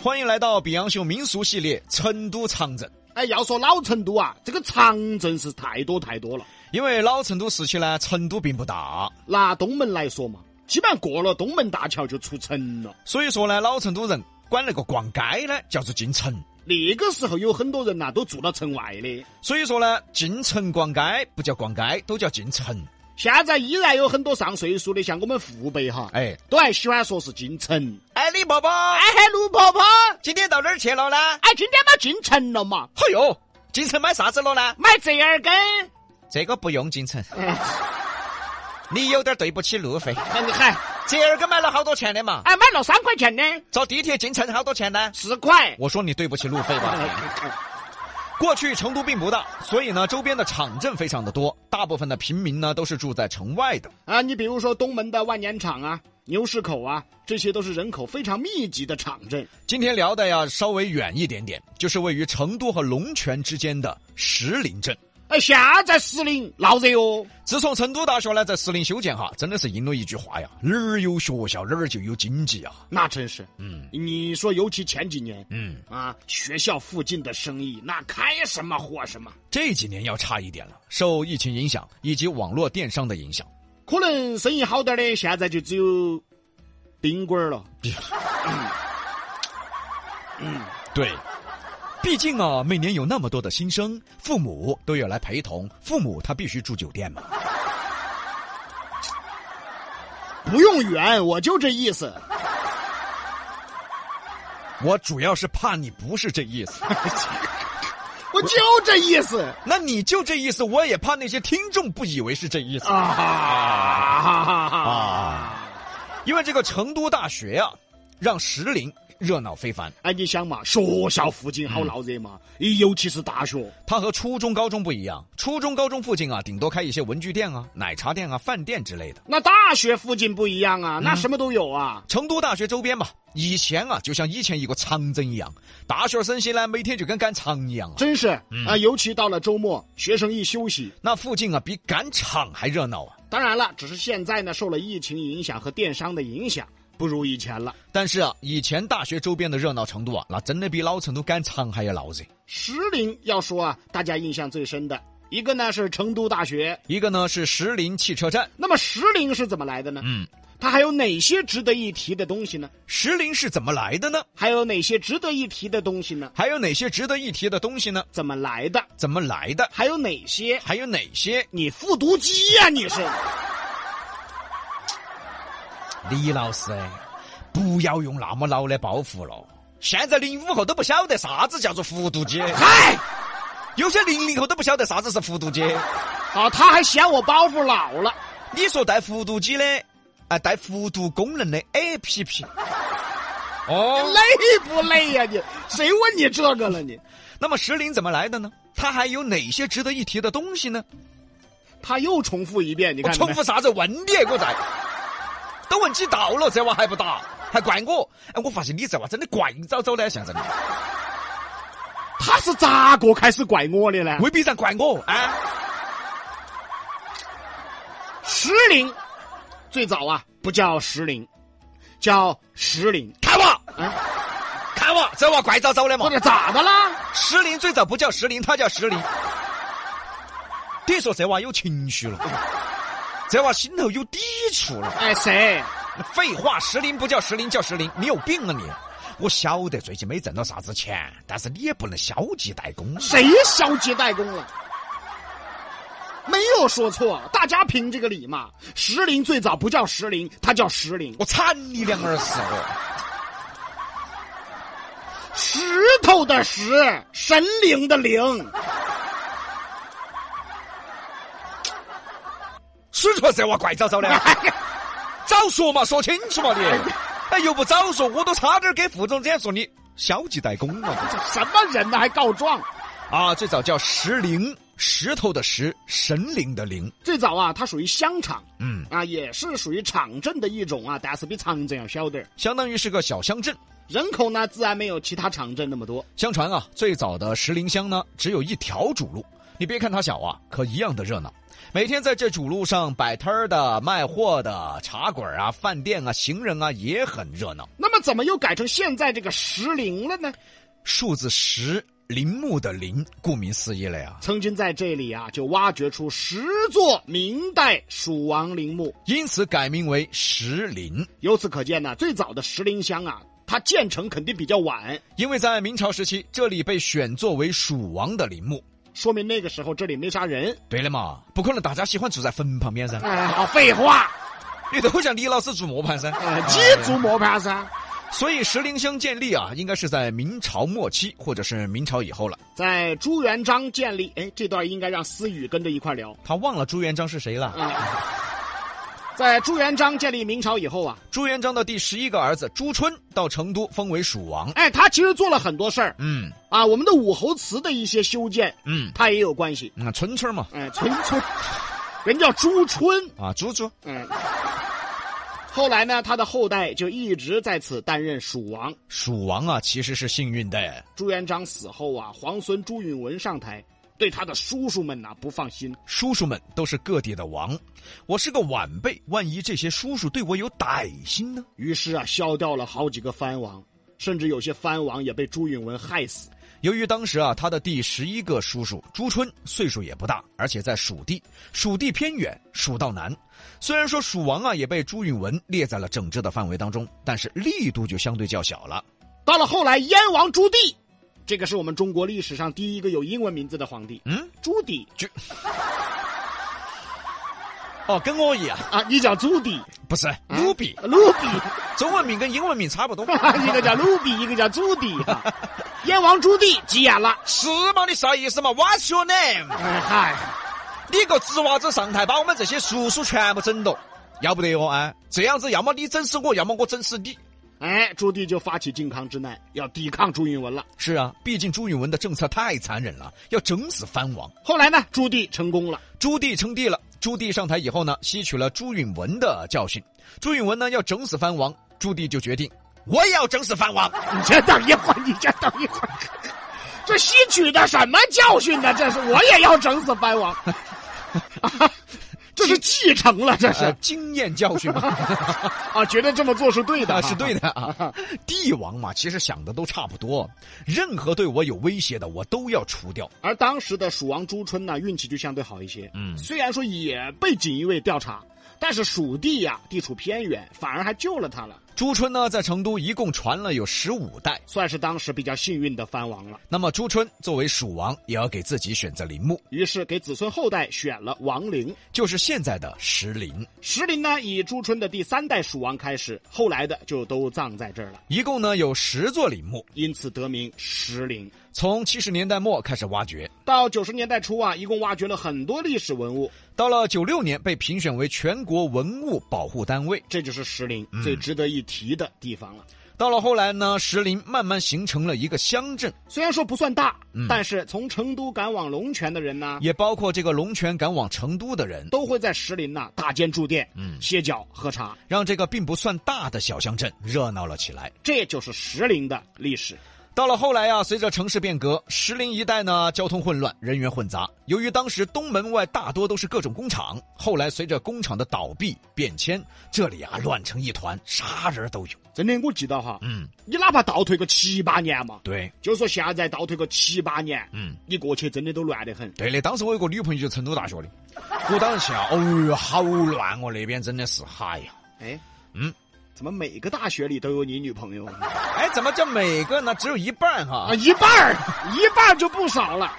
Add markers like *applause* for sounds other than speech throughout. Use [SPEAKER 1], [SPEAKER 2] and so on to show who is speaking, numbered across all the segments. [SPEAKER 1] 欢迎来到《比洋秀民俗系列》成都长镇。
[SPEAKER 2] 哎，要说老成都啊，这个长镇是太多太多了。
[SPEAKER 1] 因为老成都时期呢，成都并不大，
[SPEAKER 2] 拿东门来说嘛，基本上过了东门大桥就出城了。
[SPEAKER 1] 所以说呢，老成都人管那个逛街呢叫做进城。
[SPEAKER 2] 那个时候有很多人呐、都住到城外的。
[SPEAKER 1] 所以说呢，进城逛街不叫逛街，都叫进城。
[SPEAKER 2] 现在依然有很多上岁数的，像我们父辈哈，
[SPEAKER 1] 哎，
[SPEAKER 2] 都还喜欢说是进城。
[SPEAKER 1] 哎，李伯伯，
[SPEAKER 2] 哎，卢婆婆，
[SPEAKER 1] 今天到哪儿去了呢？
[SPEAKER 2] 哎，今天嘛进城了嘛，
[SPEAKER 1] 哎呦，进城买啥子了呢？
[SPEAKER 2] 买折耳根。 *laughs*
[SPEAKER 1] 这个不用进城，你有点对不起路费。
[SPEAKER 2] 哎，嗨，
[SPEAKER 1] 折耳根买了好多钱的嘛，
[SPEAKER 2] 哎，买了三块钱的，
[SPEAKER 1] 坐地铁进城好多钱呢？
[SPEAKER 2] 四块。 *laughs*
[SPEAKER 1] 我说你对不起路费吧。过去成都并不大，所以呢，周边的场镇非常的多，大部分的平民呢都是住在城外的。
[SPEAKER 2] 啊，你比如说东门的万年场啊、牛市口啊，这些都是人口非常密集的场镇。
[SPEAKER 1] 今天聊的呀稍微远一点点，就是位于成都和龙泉之间的石林镇。
[SPEAKER 2] 哎，现在石林闹热哦，
[SPEAKER 1] 自从成都大学呢在石林修建哈，真的是应了一句话呀，哪儿有学校哪儿就有经济啊。
[SPEAKER 2] 那真是。
[SPEAKER 1] 嗯
[SPEAKER 2] 你说，尤其前几年
[SPEAKER 1] 嗯，
[SPEAKER 2] 啊，学校附近的生意那开什么火什么，
[SPEAKER 1] 这几年要差一点了，受疫情影响以及网络电商的影响。
[SPEAKER 2] 可能生意好点儿的，现在就只有冰棍儿了。
[SPEAKER 1] *laughs* 对，毕竟啊，每年有那么多的新生，父母都要来陪同，父母他必须住酒店嘛。
[SPEAKER 2] 不用圆，我就这意思。
[SPEAKER 1] 我主要是怕你不是这意思， *laughs*
[SPEAKER 2] 我就这意思
[SPEAKER 1] 那你就这意思，我也怕那些听众不以为是这意思。
[SPEAKER 2] 啊！
[SPEAKER 1] 啊因为这个成都大学啊，让石林热闹非凡。
[SPEAKER 2] 哎，你想嘛，学校附近好闹热嘛，尤其是大学。
[SPEAKER 1] 它和初中、高中不一样，初中、高中附近啊，顶多开一些文具店啊、奶茶店啊、饭店之类的。
[SPEAKER 2] 那大学附近不一样啊，那什么都有啊。
[SPEAKER 1] 成都大学周边嘛，以前啊，就像以前一个长征一样，大学生些呢，每天就跟赶场一样啊。
[SPEAKER 2] 真是啊、尤其到了周末，学生一休息，
[SPEAKER 1] 那附近啊，比赶场还热闹啊。
[SPEAKER 2] 当然了，只是现在呢，受了疫情影响和电商的影响，不如以前了。
[SPEAKER 1] 但是啊，以前大学周边的热闹程度啊，那真的比老成都赶场还要闹热。
[SPEAKER 2] 石林要说啊，大家印象最深的一个呢是成都大学。
[SPEAKER 1] 一个呢是石林汽车站，
[SPEAKER 2] 那么石林是怎么来的呢？
[SPEAKER 1] 嗯，
[SPEAKER 2] 它还有哪些值得一提的东西呢？
[SPEAKER 1] 石林是怎么来的呢？
[SPEAKER 2] 还有哪些值得一提的东西呢？
[SPEAKER 1] 还有哪些值得一提的东西呢？
[SPEAKER 2] 怎么来的？
[SPEAKER 1] 怎么来的？
[SPEAKER 2] 还有哪些？
[SPEAKER 1] 还有哪些？
[SPEAKER 2] 你复读机呀、你是？
[SPEAKER 1] 李老师，不要用那么老的包袱了。现在零五后都不晓得啥子叫做复读机，
[SPEAKER 2] 嗨，
[SPEAKER 1] 有些零零后都不晓得啥子是复读机。
[SPEAKER 2] 啊，他还嫌我包袱老了。
[SPEAKER 1] 你说带复读机的，啊、带复读功能的 APP，哦，
[SPEAKER 2] 累不累呀、你？谁问你这个了你？
[SPEAKER 1] 那么石林怎么来的呢？它还有哪些值得一提的东西呢？
[SPEAKER 2] 他又重复一遍，你
[SPEAKER 1] 我
[SPEAKER 2] 看见
[SPEAKER 1] 重
[SPEAKER 2] 没
[SPEAKER 1] 复啥子问你？我在，都问几道了，这娃还不打，还怪我？哎，我发现你这娃真的怪糟糟的，现在
[SPEAKER 2] 他是咋个开始怪我的呢？
[SPEAKER 1] 未必然怪我啊。
[SPEAKER 2] 石林，最早啊不叫石林，叫石林，
[SPEAKER 1] 看我，
[SPEAKER 2] 啊
[SPEAKER 1] 看我，这娃怪糟糟的嘛
[SPEAKER 2] 或。者咋的啦？
[SPEAKER 1] 石林最早不叫石林，他叫石林。你说这娃有情绪了，这娃心头有抵触了。
[SPEAKER 2] 哎，谁？
[SPEAKER 1] 废话，石林不叫石林，叫石林，你有病啊你！我晓得最近没挣到啥子钱，但是你也不能消极怠工。啊
[SPEAKER 2] 谁消极怠工了？没有说错，大家评这个理嘛。石林最早不叫石林，它叫石林，
[SPEAKER 1] 我铲你两耳屎！我
[SPEAKER 2] 石头的石，神灵的灵。
[SPEAKER 1] 是说这娃怪糟糟的，
[SPEAKER 2] 哎呀
[SPEAKER 1] 早说嘛，说清楚嘛你！哎，又不早说，我都差点给副总监说你消极怠工了。
[SPEAKER 2] 这什么人呢？还告状？
[SPEAKER 1] 啊，最早叫石灵，石头的石，神灵的灵。
[SPEAKER 2] 最早啊，它属于乡场
[SPEAKER 1] 嗯，
[SPEAKER 2] 啊，也是属于场镇的一种啊，但是比场镇要小点儿。
[SPEAKER 1] 相当于是个小乡镇。
[SPEAKER 2] 人口呢，自然没有其他场镇那么多。
[SPEAKER 1] 相传啊，最早的石林乡呢，只有一条主路。你别看它小啊，可一样的热闹。每天在这主路上摆摊儿的、卖货的、茶馆啊、饭店啊、行人啊也很热闹。
[SPEAKER 2] 那么怎么又改成现在这个石林了呢？
[SPEAKER 1] 数字十，林木的林，顾名思义了呀。
[SPEAKER 2] 曾经在这里啊，就挖掘出十座明代蜀王陵墓。
[SPEAKER 1] 因此改名为石林。
[SPEAKER 2] 由此可见呢、最早的石林乡啊，它建成肯定比较晚，
[SPEAKER 1] 因为在明朝时期，这里被选作为蜀王的陵墓。
[SPEAKER 2] 说明那个时候这里没啥人。
[SPEAKER 1] 对了嘛，不可能大家喜欢住在坟旁边噻，
[SPEAKER 2] 哎，好废话，
[SPEAKER 1] *laughs* 你都像李老师住磨盘噻。
[SPEAKER 2] 哎，鸡足磨啊盘噻。
[SPEAKER 1] *laughs* 所以石林乡建立啊，应该是在明朝末期或者是明朝以后了。
[SPEAKER 2] 在朱元璋建立，哎，这段应该让思雨跟着一块聊。
[SPEAKER 1] 他忘了朱元璋是谁了。
[SPEAKER 2] 嗯哎在朱元璋建立明朝以后啊，
[SPEAKER 1] 朱元璋的第十一个儿子朱春到成都封为蜀王。
[SPEAKER 2] 哎，他其实做了很多事儿
[SPEAKER 1] 嗯
[SPEAKER 2] 啊，我们的武侯祠的一些修建，
[SPEAKER 1] 嗯，
[SPEAKER 2] 他也有关系。
[SPEAKER 1] 那春春嘛，
[SPEAKER 2] 哎，村村，人叫朱春，
[SPEAKER 1] 啊，猪猪。
[SPEAKER 2] 嗯。后来呢，他的后代就一直在此担任蜀王。
[SPEAKER 1] 蜀王啊，其实是幸运的。
[SPEAKER 2] 朱元璋死后啊，皇孙朱允炆上台，对他的叔叔们呐、不放心，
[SPEAKER 1] 叔叔们都是各地的王，我是个晚辈，万一这些叔叔对我有歹心呢？
[SPEAKER 2] 于是啊，削掉了好几个藩王，甚至有些藩王也被朱允炆害死。
[SPEAKER 1] 由于当时啊，他的第十一个叔叔朱春岁数也不大，而且在蜀地，蜀地偏远，蜀道难。虽然说蜀王啊也被朱允炆列在了整治的范围当中，但是力度就相对较小了。
[SPEAKER 2] 到了后来，燕王朱棣，这个是我们中国历史上第一个有英文名字的皇帝。
[SPEAKER 1] 嗯，
[SPEAKER 2] 朱棣
[SPEAKER 1] 哦，跟我一样，
[SPEAKER 2] 啊，你叫朱棣，啊
[SPEAKER 1] 不是
[SPEAKER 2] 嗯
[SPEAKER 1] 奴婢，
[SPEAKER 2] 卢比，
[SPEAKER 1] 中文名跟英文名差不多。
[SPEAKER 2] *laughs* 一个叫卢比，一个叫朱棣、 *laughs* 啊。燕王朱棣急眼了，
[SPEAKER 1] 是嘛？你啥意思嘛？What's your name？
[SPEAKER 2] 哎嗨，
[SPEAKER 1] 你个侄娃子上台，把我们这些叔叔全部整动，要不得哟！哎，这样子，要么你整死我，要么我整死你。
[SPEAKER 2] 哎，朱棣就发起靖康之难，要抵抗朱允炆了。
[SPEAKER 1] 是啊，毕竟朱允炆的政策太残忍了，要整死藩王。
[SPEAKER 2] 后来呢，朱棣成功了，
[SPEAKER 1] 朱棣称帝了。朱棣上台以后呢，吸取了朱允炆的教训。朱允炆呢要整死藩王，朱棣就决定我也要整死藩王。
[SPEAKER 2] 你先等一会儿，你先等一会儿。 *laughs* 这吸取的什么教训呢？这是我也要整死藩 *laughs* 王，啊这是继承了，这是
[SPEAKER 1] 呃，经验教训嘛，
[SPEAKER 2] 啊，觉得这么做是对的， *laughs*
[SPEAKER 1] 啊，是对的啊。帝王嘛，其实想的都差不多，任何对我有威胁的，我都要除掉。
[SPEAKER 2] 而当时的蜀王朱春呢，运气就相对好一些。
[SPEAKER 1] 嗯
[SPEAKER 2] 虽然说也被锦衣卫调查，但是蜀地呀、地处偏远，反而还救了他了，
[SPEAKER 1] 朱春呢，在成都一共传了有十五代。
[SPEAKER 2] 算是当时比较幸运的藩王了。
[SPEAKER 1] 那么朱春作为蜀王，也要给自己选择陵墓，
[SPEAKER 2] 于是给子孙后代选了王陵。
[SPEAKER 1] 就是现在的石陵。
[SPEAKER 2] 石陵呢，以朱春的第三代蜀王开始，后来的就都葬在这儿了，
[SPEAKER 1] 一共呢有十座陵墓，
[SPEAKER 2] 因此得名石陵。
[SPEAKER 1] 从七十年代末开始挖掘，
[SPEAKER 2] 到九十年代初啊，一共挖掘了很多历史文物，
[SPEAKER 1] 到了九六年被评选为全国文物保护单位。
[SPEAKER 2] 这就是石陵最值得一提的地方了。
[SPEAKER 1] 到了后来呢，石林慢慢形成了一个乡镇，
[SPEAKER 2] 虽然说不算大，但是从成都赶往龙泉的人呢，
[SPEAKER 1] 也包括这个龙泉赶往成都的人，
[SPEAKER 2] 都会在石林呐、搭间住店，嗯，歇脚喝茶，
[SPEAKER 1] 让这个并不算大的小乡镇热闹了起来。
[SPEAKER 2] 这就是石林的历史。
[SPEAKER 1] 到了后来啊，随着城市变革，石林一带呢交通混乱，人员混杂。由于当时东门外大多都是各种工厂，后来随着工厂的倒闭变迁，这里啊乱成一团，啥人都有。
[SPEAKER 2] 真的，我记得哈，
[SPEAKER 1] 嗯，
[SPEAKER 2] 你哪怕倒退个七八年嘛，
[SPEAKER 1] 对，
[SPEAKER 2] 就说现在倒退个七八年，
[SPEAKER 1] 嗯，
[SPEAKER 2] 你过去真的都乱得很。
[SPEAKER 1] 对的。当时我有个女朋友就是成都大学的，我当时去啊，哦哟，好乱哦，那边真的是，嗨呀，
[SPEAKER 2] 哎，
[SPEAKER 1] 嗯，
[SPEAKER 2] 怎么每个大学里都有你女朋友啊？
[SPEAKER 1] 哎，怎么叫每个呢？只啊有一半哈。
[SPEAKER 2] 一半儿， *laughs* 一半儿就不少了。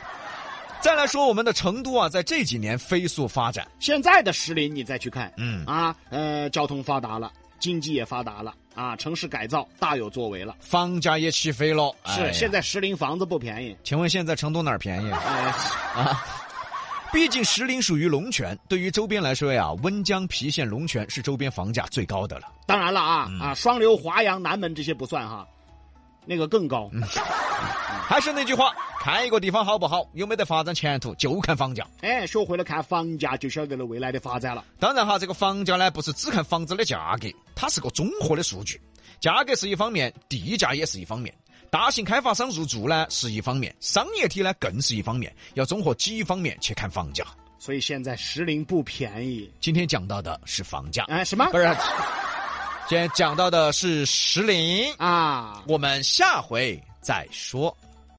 [SPEAKER 1] 再来说我们的成都啊，在这几年飞速发展，
[SPEAKER 2] 现在的石林你再去看，
[SPEAKER 1] 嗯
[SPEAKER 2] 啊，呃，交通发达了，经济也发达了，啊，城市改造大有作为了。
[SPEAKER 1] 房价也起飞了。哎呀
[SPEAKER 2] 是，现在石林房子不便宜，
[SPEAKER 1] 请问现在成都哪儿便宜？
[SPEAKER 2] *laughs* 哎，
[SPEAKER 1] 毕竟石林属于龙泉，对于周边来说呀，温江郫县龙泉是周边房价最高的了。
[SPEAKER 2] 当然了啊、啊，双流、华阳、南门这些不算哈，那个更高。
[SPEAKER 1] 还是那句话，看一个地方好不好，有没得发展前途，就看房价。
[SPEAKER 2] 哎，学会了看房价，就晓得了未来的发展了。
[SPEAKER 1] 当然哈，这个房价呢，不是只看房子的价格，它是个综合的数据，价格是一方面，地价也是一方面。大型开发商入驻呢是一方面，商业体呢更是一方面，要综合几方面去看房价。
[SPEAKER 2] 所以现在石林不便宜。
[SPEAKER 1] 今天讲到的是房价，
[SPEAKER 2] 哎，什么
[SPEAKER 1] *laughs* 不是，今天讲到的是石林，
[SPEAKER 2] 啊？
[SPEAKER 1] 我们下回再说。